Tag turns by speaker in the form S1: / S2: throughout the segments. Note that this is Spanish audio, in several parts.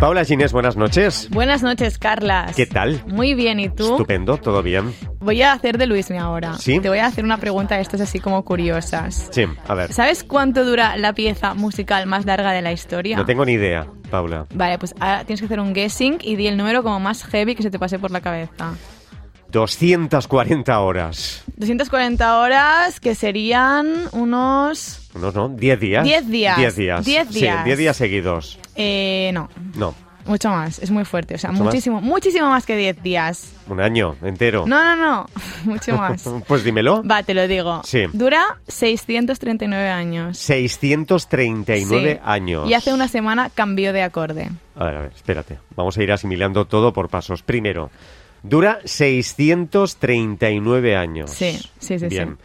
S1: Paula Ginés, buenas noches.
S2: Buenas noches, Carlas.
S1: ¿Qué tal?
S2: Muy bien, ¿y tú?
S1: Estupendo, todo bien.
S2: Voy a hacer de Luismi ahora.
S1: ¿Sí?
S2: Te voy a hacer una pregunta de estas así como curiosas.
S1: Sí, a ver.
S2: ¿Sabes cuánto dura la pieza musical más larga de la historia?
S1: No tengo ni idea, Paula.
S2: Vale, pues ahora tienes que hacer un guessing y di el número como más heavy que se te pase por la cabeza.
S1: 240 horas.
S2: 240 horas, que serían unos...
S1: Unos, ¿no? 10 días.
S2: 10 días.
S1: 10 días.
S2: 10 días.
S1: Sí, 10 días seguidos.
S2: Eh, no,
S1: No,
S2: mucho más, es muy fuerte. O sea,
S1: ¿Mucho más?
S2: muchísimo, muchísimo más que 10 días.
S1: un año entero.
S2: No, no, no, mucho más.
S1: Pues dímelo.
S2: Va, te lo digo.
S1: Sí.
S2: Dura 639 años.
S1: 639
S2: Sí.
S1: años.
S2: Y hace una semana cambió de acorde.
S1: A ver, a ver, espérate. Vamos a ir asimilando todo por pasos. Primero, dura 639 años.
S2: Sí, sí, sí, sí.
S1: Bien.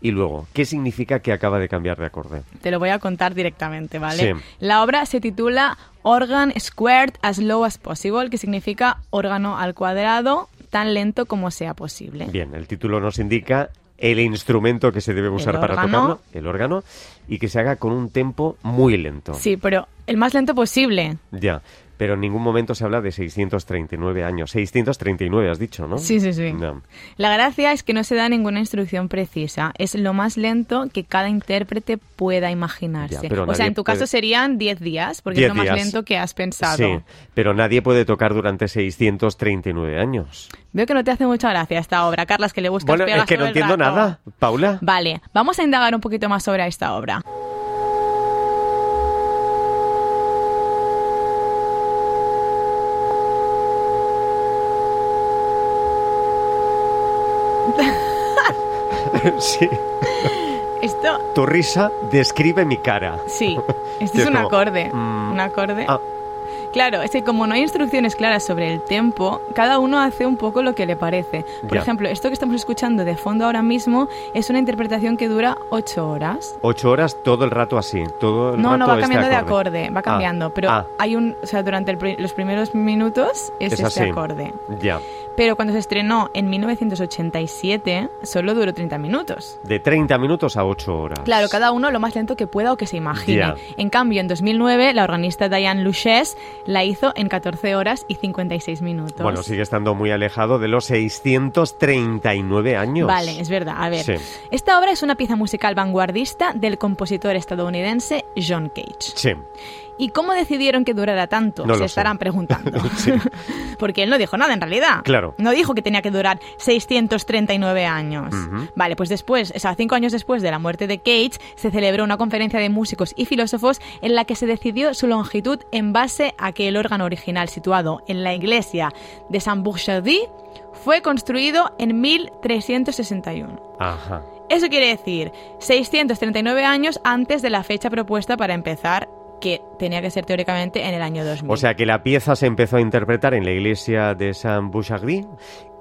S1: Y luego, ¿qué significa que acaba de cambiar de acorde?
S2: Te lo voy a contar directamente,
S1: Sí.
S2: ¿vale? La obra se titula Organ Squared as Low as Possible, que significa órgano al cuadrado tan lento como sea posible.
S1: Bien, el título nos indica el instrumento que se debe usar para
S2: órgano.
S1: tocarlo, el órgano, y que se haga con un tempo muy lento.
S2: Sí, pero el más lento posible.
S1: Ya, pero en ningún momento se habla de 639 años. 639 has dicho, ¿no?
S2: Sí, sí, sí.
S1: Ya.
S2: La gracia es que no se da ninguna instrucción precisa. Es lo más lento que cada intérprete pueda imaginarse.
S1: Ya, pero
S2: o sea,
S1: nadie
S2: en tu
S1: puede-
S2: caso serían 10 días, porque
S1: 10
S2: es lo más
S1: días.
S2: lento que has pensado.
S1: Sí, pero nadie puede tocar durante 639 años.
S2: Veo que no te hace mucha gracia esta obra, Carlas, que le gusta
S1: Bueno, es que no entiendo nada, Paula.
S2: Vale, vamos a indagar un poquito más sobre esta obra.
S1: Sí.
S2: Esto,
S1: Tu risa describe mi cara.
S2: sí, esto
S1: Sí,
S2: es
S1: es
S2: un
S1: como,
S2: acorde.
S1: mm,
S2: Un acorde.
S1: Ah,
S2: Claro, es que como no hay instrucciones claras sobre el tempo, cada uno hace un poco lo que le parece. Por
S1: Ya.
S2: ejemplo, esto que estamos escuchando de fondo ahora mismo es una interpretación que dura ocho horas.
S1: ocho horas todo el rato así. Todo el
S2: No, no
S1: rato
S2: va
S1: este
S2: cambiando de acorde, va
S1: Ah,
S2: cambiando, pero
S1: ah,
S2: hay un, o sea, durante el pri- los primeros minutos es,
S1: Es
S2: este
S1: así.
S2: acorde.
S1: ya.
S2: Pero cuando se estrenó en 1987, solo duró 30 minutos.
S1: De 30 minutos a 8 horas.
S2: Claro, cada uno lo más lento que pueda o que se imagine.
S1: Ya.
S2: En cambio, en 2009, la organista Diane Luches la hizo en 14 horas y 56 minutos.
S1: Bueno, sigue estando muy alejado de los 639 años.
S2: Vale, es verdad. A ver,
S1: Sí.
S2: esta obra es una pieza musical vanguardista del compositor estadounidense John Cage.
S1: Sí,
S2: ¿Y cómo decidieron que durara tanto?
S1: No
S2: se
S1: lo sé.
S2: estarán preguntando.
S1: Sí.
S2: Porque él no dijo nada en realidad.
S1: Claro.
S2: No dijo que tenía que durar 639 años.
S1: Ujú.
S2: Vale, pues después, o sea, cinco años después de la muerte de Cage, se celebró una conferencia de músicos y filósofos en la que se decidió su longitud en base a que el órgano original situado en la iglesia de San Bourchardy fue construido en 1361.
S1: ajá.
S2: Eso quiere decir 639 años antes de la fecha propuesta para empezar, que tenía que ser teóricamente en el año 2000.
S1: O sea que la pieza se empezó a interpretar en la iglesia de San Bouchardí,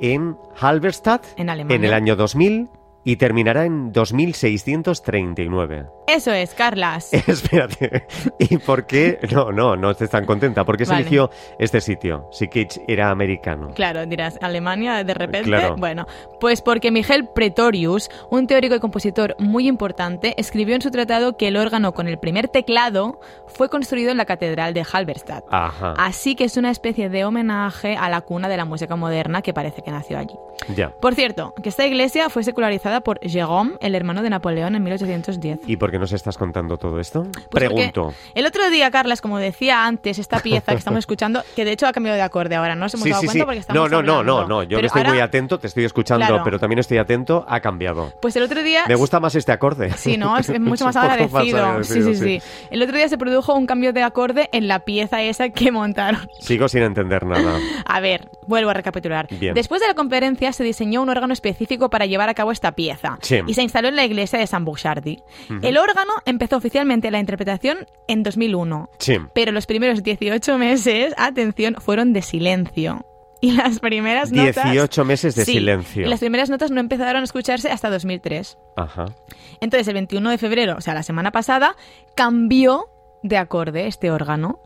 S1: en Halberstadt,
S2: En Alemania.
S1: el año 2000 y terminará en 2639.
S2: Eso es, Carlas.
S1: Espérate. ¿Y por qué? No, no, no estés tan contenta. ¿Por qué se
S2: Vale.
S1: eligió este sitio? Si Kitsch era americano.
S2: Claro, dirás, Alemania de repente.
S1: Claro.
S2: Bueno, pues porque Miguel Pretorius, un teórico y compositor muy importante, escribió en su tratado que el órgano con el primer teclado fue construido en la catedral de Halberstadt.
S1: Ajá.
S2: Así que es una especie de homenaje a la cuna de la música moderna que parece que nació allí.
S1: Ya.
S2: Por cierto, que esta iglesia fue secularizada por Jérôme, el hermano de Napoleón, en 1810.
S1: ¿Y por qué nos estás contando todo esto?
S2: Pues porque
S1: Pregunto.
S2: El otro día, Carlas, como decía antes, esta pieza que estamos escuchando, que de hecho ha cambiado de acorde ahora, ¿no? Nos hemos
S1: Sí,
S2: dado
S1: sí,
S2: cuenta
S1: sí.
S2: porque estamos
S1: No, no, no,
S2: hablando.
S1: no, no. Yo
S2: Pero
S1: que estoy muy
S2: ahora-
S1: atento, te estoy escuchando,
S2: Claro.
S1: pero también estoy atento. Ha cambiado.
S2: Pues el otro día...
S1: Me gusta más este acorde.
S2: Sí, ¿no? Es, es mucho más
S1: un poco
S2: agradecido. Sí,
S1: agradecido,
S2: sí, sí, El otro día se produjo un cambio de acorde en la pieza esa que montaron.
S1: Sigo sin entender nada.
S2: A ver, vuelvo a recapitular.
S1: Bien.
S2: Después de la conferencia se diseñó un órgano específico para llevar a cabo esta pieza
S1: Sí.
S2: y se instaló en la iglesia de San Bouchardi. El órgano empezó oficialmente la interpretación en 2001,
S1: Sí.
S2: pero los primeros 18 meses, atención, fueron de silencio. Y las primeras notas...
S1: 18 meses de
S2: Sí,
S1: silencio.
S2: Y las primeras notas no empezaron a escucharse hasta 2003.
S1: Ajá.
S2: Entonces, el 21 de febrero, o sea, la semana pasada, cambió de acorde este órgano.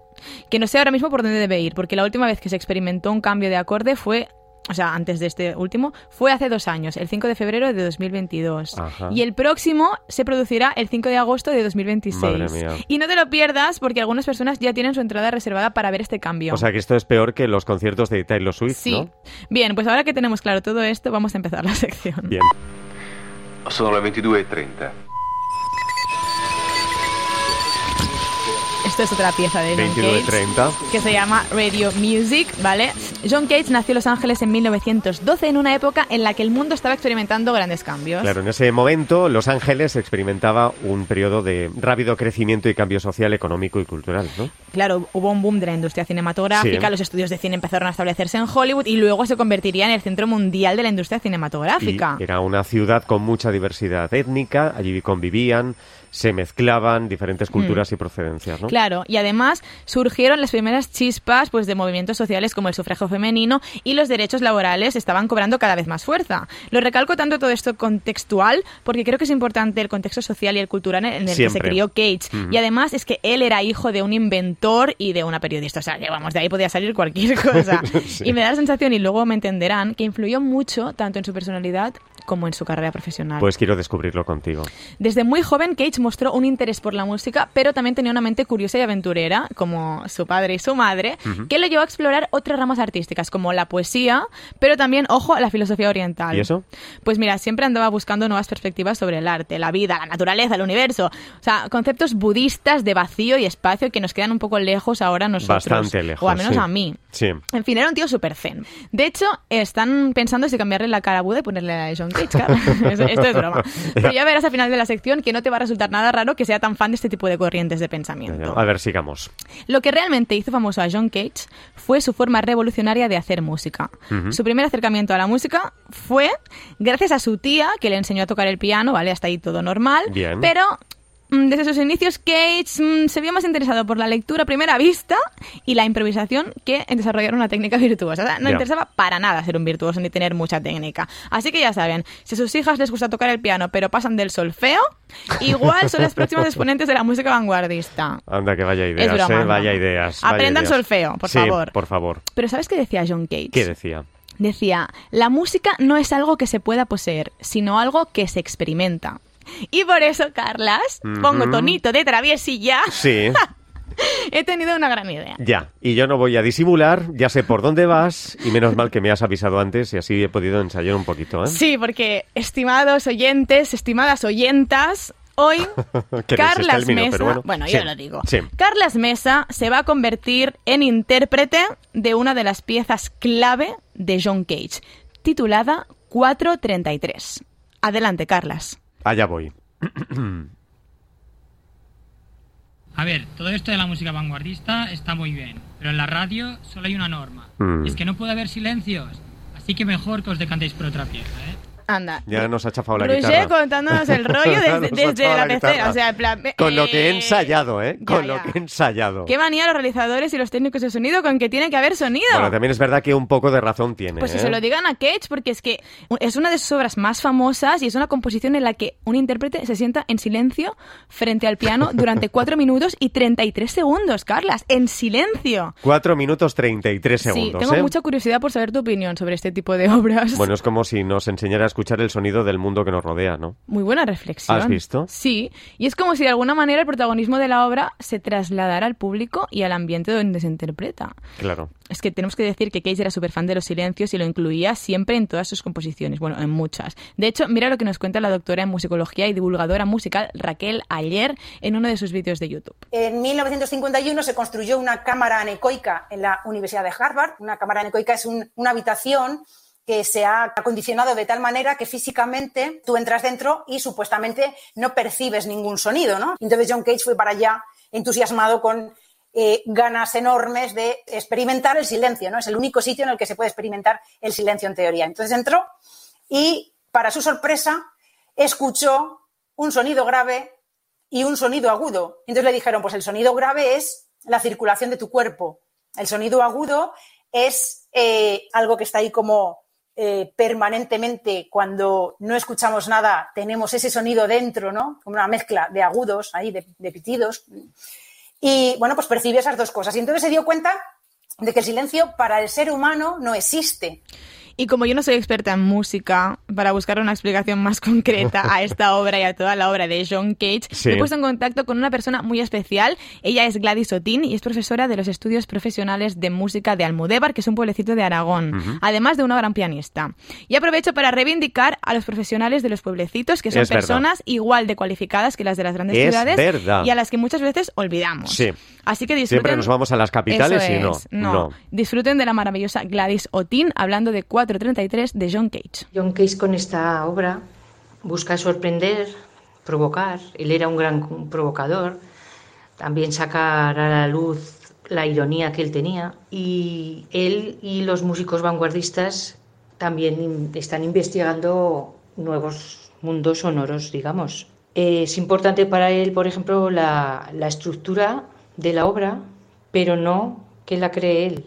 S2: Que no sé ahora mismo por dónde debe ir, porque la última vez que se experimentó un cambio de acorde fue o sea, antes de este último, fue hace dos años, el 5 de febrero de 2022.
S1: Ajá.
S2: Y el próximo se producirá el 5 de agosto de 2026.
S1: Madre mía.
S2: Y no te lo pierdas porque algunas personas ya tienen su entrada reservada para ver este cambio.
S1: O sea que esto es peor que los conciertos de Taylor Swift,
S2: sí.
S1: Pues ¿no?
S2: Bien, pues ahora que tenemos claro todo esto, vamos a empezar la sección.
S1: Bien.
S3: Sono le 22.30.
S2: Esto es otra pieza de John Cage.
S1: 29.30.
S2: que se llama Radio Music, ¿vale? John Cage nació en Los Ángeles en 1912, en una época en la que el mundo estaba experimentando grandes cambios.
S1: Claro, en ese momento Los Ángeles experimentaba un periodo de rápido crecimiento y cambio social, económico y cultural, ¿no?
S2: Claro, hubo un boom de la industria cinematográfica,
S1: Sí.
S2: los estudios de cine empezaron a establecerse en Hollywood y luego se convertiría en el centro mundial de la industria
S1: Y
S2: cinematográfica.
S1: era una ciudad con mucha diversidad étnica, allí convivían, se mezclaban diferentes culturas y procedencias, ¿no?
S2: Mm. Claro, y además surgieron las primeras chispas pues, de movimientos sociales como el sufragio femenino y los derechos laborales estaban cobrando cada vez más fuerza. Lo recalco tanto todo esto contextual porque creo que es importante el contexto social y el cultural en el que se
S1: Siempre.
S2: crió Cage. Y además es que él era hijo de un inventor y de una periodista, o sea, que vamos, de ahí podía salir cualquier cosa. Y me da la sensación, y luego me entenderán, que influyó mucho tanto en su personalidad como en su carrera profesional.
S1: Pues quiero descubrirlo contigo.
S2: Desde muy joven, Cage mostró un interés por la música, pero también tenía una mente curiosa y aventurera, como su padre y su madre, que lo llevó a explorar otras ramas artísticas, como la poesía, pero también, ojo, a la filosofía oriental.
S1: ¿Y eso?
S2: Pues mira, siempre andaba buscando nuevas perspectivas sobre el arte, la vida, la naturaleza, el universo. O sea, conceptos budistas de vacío y espacio que nos quedan un poco lejos ahora a nosotros.
S1: Bastante lejos.
S2: O al menos
S1: sí.
S2: a mí.
S1: Sí.
S2: En fin, era un tío súper zen. De hecho, están pensando si cambiarle la cara a Buda y ponerle la de John Cage. claro. Esto esto es broma. Pero ya verás al final de la sección que no te va a resultar nada raro que sea tan fan de este tipo de corrientes de pensamiento.
S1: A ver, sigamos.
S2: Lo que realmente hizo famoso a John Cage fue su forma revolucionaria de hacer música. Su primer acercamiento a la música fue gracias a su tía, que le enseñó a tocar el piano, ¿vale? Hasta ahí todo normal.
S1: Bien.
S2: Pero mm, desde sus inicios, Cage mm, se vio más interesado por la lectura a primera vista y la improvisación que en desarrollar una técnica virtuosa. O sea, no
S1: Ya.
S2: interesaba para nada ser un virtuoso ni tener mucha técnica. Así que ya saben, si a sus hijas les gusta tocar el piano pero pasan del solfeo, igual son las próximas exponentes de la música vanguardista.
S1: Anda, que vaya ideas,
S2: broma,
S1: ¿eh?
S2: ¿no?
S1: Vaya ideas. vaya
S2: Aprendan
S1: ideas.
S2: solfeo, por
S1: Sí,
S2: favor.
S1: por favor.
S2: Pero ¿sabes qué decía John Cage?
S1: ¿Qué decía?
S2: Decía, la música no es algo que se pueda poseer, sino algo que se experimenta. Y por eso, Carlas, pongo
S1: Ujú.
S2: tonito de traviesilla,
S1: Sí,
S2: he tenido una gran idea.
S1: ya. Y yo no voy a disimular, ya sé por dónde vas, y menos mal que me has avisado antes y así he podido ensayar un poquito, ¿eh?
S2: Sí, porque, estimados oyentes, estimadas oyentas, hoy
S1: Que no existe
S2: Carlas
S1: el vino,
S2: Mesa,
S1: pero bueno.
S2: yo
S1: Sí,
S2: lo digo,
S1: sí.
S2: Carlas Mesa se va a convertir en intérprete de una de las piezas clave de John Cage, titulada 433. Adelante, Carlas.
S1: Allá voy.
S4: A ver, todo esto de la música vanguardista está muy bien, pero en la radio solo hay una norma.
S1: Mm.
S4: Y es que no puede haber silencios. Así que mejor que os decantéis por otra pieza, ¿eh?
S2: Anda.
S1: Ya nos ha chafado la
S2: Roger
S1: guitarra.
S2: contándonos el rollo
S1: Ya
S2: desde,
S1: nos ha
S2: desde
S1: chafado
S2: la,
S1: guitarra.
S2: pecera. O sea, en plan,
S1: Con lo que he
S2: eh,
S1: ensayado, ¿eh?
S2: ya,
S1: Con
S2: ya.
S1: lo que he ensayado.
S2: Qué manía los realizadores y los técnicos de sonido con que tiene que haber sonido.
S1: Bueno, también es verdad que un poco de razón tiene.
S2: Pues que
S1: ¿eh?
S2: se lo digan a Cage, porque es que es una de sus obras más famosas y es una composición en la que un intérprete se sienta en silencio frente al piano durante 4 minutos y 33 segundos, Carlas, en silencio.
S1: 4 minutos 33 segundos.
S2: sí, tengo
S1: ¿eh?
S2: mucha curiosidad por saber tu opinión sobre este tipo de obras.
S1: Bueno, es como si nos enseñara a escuchar el sonido del mundo que nos rodea, ¿no?
S2: Muy buena reflexión.
S1: ¿Has visto?
S2: Sí, y es como si de alguna manera el protagonismo de la obra se trasladara al público y al ambiente donde se interpreta.
S1: Claro.
S2: Es que tenemos que decir que Cage era súper fan de los silencios y lo incluía siempre en todas sus composiciones, bueno, en muchas. De hecho, mira lo que nos cuenta la doctora en musicología y divulgadora musical Raquel Ayer en uno de sus vídeos de YouTube.
S5: En 1951 se construyó una cámara anecoica en la Universidad de Harvard. Una cámara anecoica es un- una habitación que se ha acondicionado de tal manera que físicamente tú entras dentro y supuestamente no percibes ningún sonido, ¿no? Entonces John Cage fue para allá entusiasmado con eh, ganas enormes de experimentar el silencio, ¿no? Es el único sitio en el que se puede experimentar el silencio en teoría. Entonces entró y, para su sorpresa, escuchó un sonido grave y un sonido agudo. Entonces le dijeron, pues el sonido grave es la circulación de tu cuerpo. El sonido agudo es eh, algo que está ahí como eh, permanentemente cuando no escuchamos nada, tenemos ese sonido dentro, ¿no? Como una mezcla de agudos ahí, de, de pitidos. Y bueno, pues percibió esas dos cosas. Y entonces se dio cuenta de que el silencio para el ser humano no existe.
S2: Y como yo no soy experta en música, para buscar una explicación más concreta a esta obra y a toda la obra de John Cage,
S1: Sí.
S2: me he puesto en contacto con una persona muy especial. Ella es Gladys Otín y es profesora de los estudios profesionales de música de Almudévar, que es un pueblecito de Aragón, además de una gran pianista. Y aprovecho para reivindicar a los profesionales de los pueblecitos, que son
S1: Es verdad.
S2: personas igual de cualificadas que las de las grandes
S1: Es
S2: ciudades
S1: verdad.
S2: y a las que muchas veces olvidamos.
S1: Sí.
S2: Así que disfruten.
S1: Siempre nos vamos a las capitales
S2: Eso
S1: y no,
S2: es, Disfruten de la maravillosa Gladys Otín hablando de 433 de John Cage.
S6: John Cage con esta obra busca sorprender, provocar. Él era un gran provocador. También sacar a la luz la ironía que él tenía. Y él y los músicos vanguardistas también in- están investigando nuevos mundos sonoros, digamos. Eh, Es importante para él, por ejemplo, la, la estructura de la obra, pero no que la cree él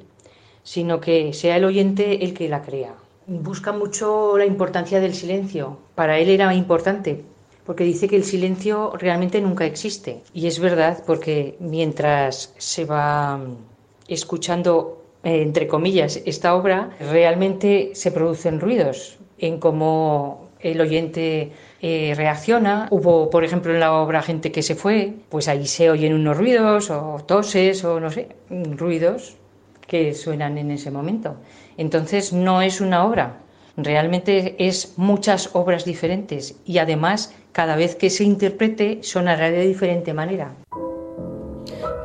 S6: sino que sea el oyente el que la crea. Busca mucho la importancia del silencio. Para él era importante, porque dice que el silencio realmente nunca existe. Y es verdad, porque mientras se va mm, escuchando, eh, entre comillas, esta obra, realmente se producen ruidos en cómo el oyente eh, reacciona. Hubo, por ejemplo, en la obra gente que se fue, pues ahí se oyen unos ruidos o toses o no sé, mm, ruidos que suenan en ese momento. Entonces no es una obra, realmente es muchas obras diferentes y además cada vez que se interprete sonará de diferente manera.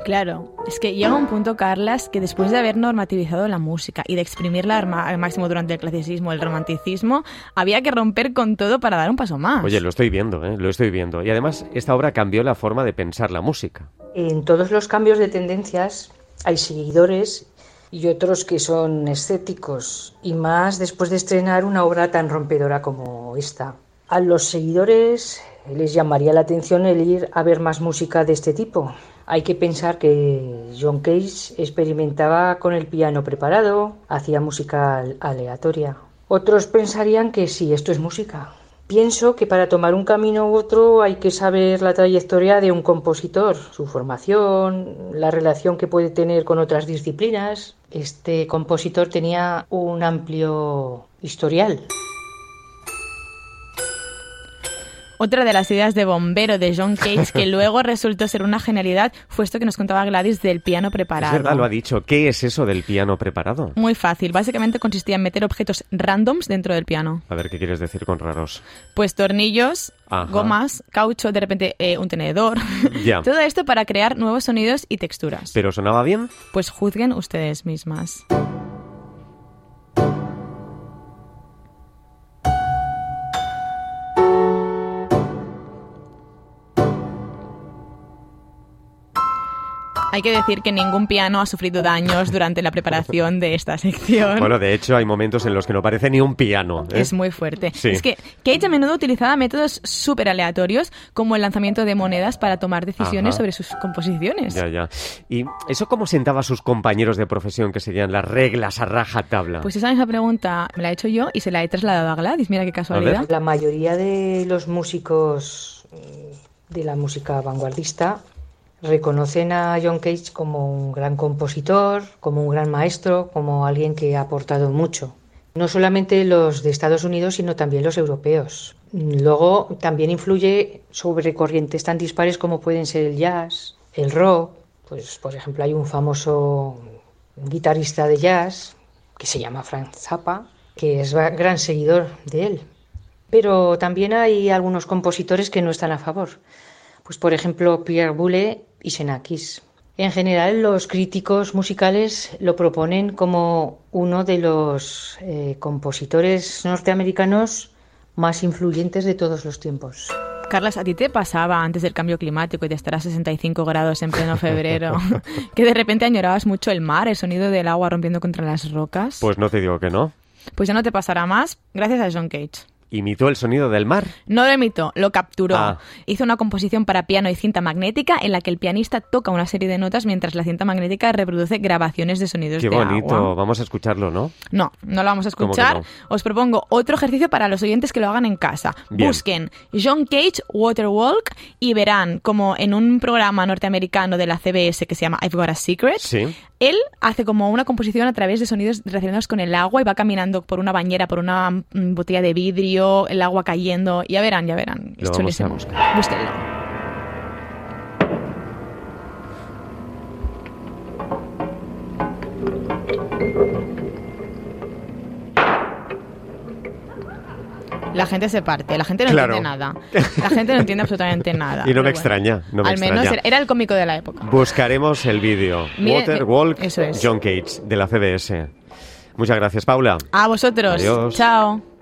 S2: Claro, es que llega un punto, Carlas, que después de haber normativizado la música y de exprimirla al, ma- al máximo durante el clasicismo, el romanticismo, había que romper con todo para dar un paso más.
S1: Oye, lo estoy viendo, ¿eh? lo estoy viendo. Y además, esta obra cambió la forma de pensar la música.
S6: En todos los cambios de tendencias hay seguidores y otros que son escépticos, y más después de estrenar una obra tan rompedora como esta. A los seguidores les llamaría la atención el ir a ver más música de este tipo. Hay que pensar que John Cage experimentaba con el piano preparado, hacía música al- aleatoria. Otros pensarían que sí, esto es música, Pienso que para tomar un camino u otro hay que saber la trayectoria de un compositor, su formación, la relación que puede tener con otras disciplinas. Este compositor tenía un amplio historial.
S2: Otra de las ideas de bombero de John Cage, que luego resultó ser una genialidad, fue esto que nos contaba Gladys del piano
S1: Es
S2: preparado.
S1: verdad, lo ha dicho. ¿Qué es eso del piano preparado?
S2: Muy fácil, básicamente consistía en meter objetos randoms dentro del piano.
S1: A ver, ¿qué quieres decir con raros?
S2: Pues tornillos,
S1: Ajá.
S2: gomas, caucho, de repente eh, un tenedor.
S1: Ya.
S2: Todo esto para crear nuevos sonidos y texturas.
S1: ¿Pero sonaba bien?
S2: Pues juzguen ustedes mismas. Hay que decir que ningún piano ha sufrido daños durante la preparación de esta sección.
S1: Bueno, de hecho, hay momentos en los que no parece ni un piano. ¿eh?
S2: Es muy fuerte.
S1: Sí.
S2: Es que Cage a menudo utilizaba métodos súper aleatorios, como el lanzamiento de monedas para tomar decisiones
S1: Ajá.
S2: sobre sus composiciones.
S1: Ya, ya. ¿Y eso cómo sentaba a sus compañeros de profesión que seguían las reglas a rajatabla?
S2: Pues esa misma pregunta me la he hecho yo y se la he trasladado a Gladys. Mira qué casualidad.
S6: La mayoría de los músicos mm, de la música vanguardista reconocen a John Cage como un gran compositor, como un gran maestro, como alguien que ha aportado mucho. No solamente los de Estados Unidos, sino también los europeos. Mm, Luego también influye sobre corrientes tan dispares como pueden ser el jazz, el rock. Pues, por ejemplo, hay un famoso guitarrista de jazz que se llama Frank Zappa, que es va- gran seguidor de él. Pero también hay algunos compositores que no están a favor. Pues por ejemplo, Pierre Boulez y Xenakis. En general, los críticos musicales lo proponen como uno de los eh, compositores norteamericanos más influyentes de todos los tiempos.
S2: Carlas, ¿a ti te pasaba antes del cambio climático y de estar a 65 grados en pleno febrero que de repente añorabas mucho el mar, el sonido del agua rompiendo contra las rocas?
S1: Pues no Pues te digo que no.
S2: Pues ya no te pasará más gracias a John Cage.
S1: ¿Imitó el sonido del mar?
S2: No lo imitó, lo capturó.
S1: Ah.
S2: Hizo una composición para piano y cinta magnética en la que el pianista toca una serie de notas mientras la cinta magnética reproduce grabaciones de sonidos
S1: Qué
S2: de
S1: bonito,
S2: agua.
S1: vamos a escucharlo, ¿no?
S2: No, no lo vamos a
S1: ¿Cómo que
S2: escuchar.
S1: no?
S2: Os propongo otro ejercicio para los oyentes que lo hagan en casa.
S1: Bien.
S2: Busquen John Cage Waterwalk y verán como en un programa norteamericano de la CBS que se llama I've Got a Secret,
S1: Sí.
S2: él hace como una composición a través de sonidos relacionados con el agua y va caminando por una bañera, por una mm, botella de vidrio, el agua cayendo. Ya verán, ya verán.
S1: Lo vamos a
S2: chulísimo.
S1: buscar.
S2: Búsquenlo. La gente se parte, la gente no
S1: Claro.
S2: entiende nada. La gente no entiende absolutamente nada.
S1: Y no me
S2: pero
S1: extraña, no me
S2: Al menos
S1: extraña.
S2: era- era el cómico de la época.
S1: Buscaremos el vídeo.
S2: Mire,
S1: Waterwalk,
S2: eh, eso es.
S1: John Cage, de la CBS. Muchas gracias, Paula.
S2: A vosotros.
S1: Adiós.
S2: Chao.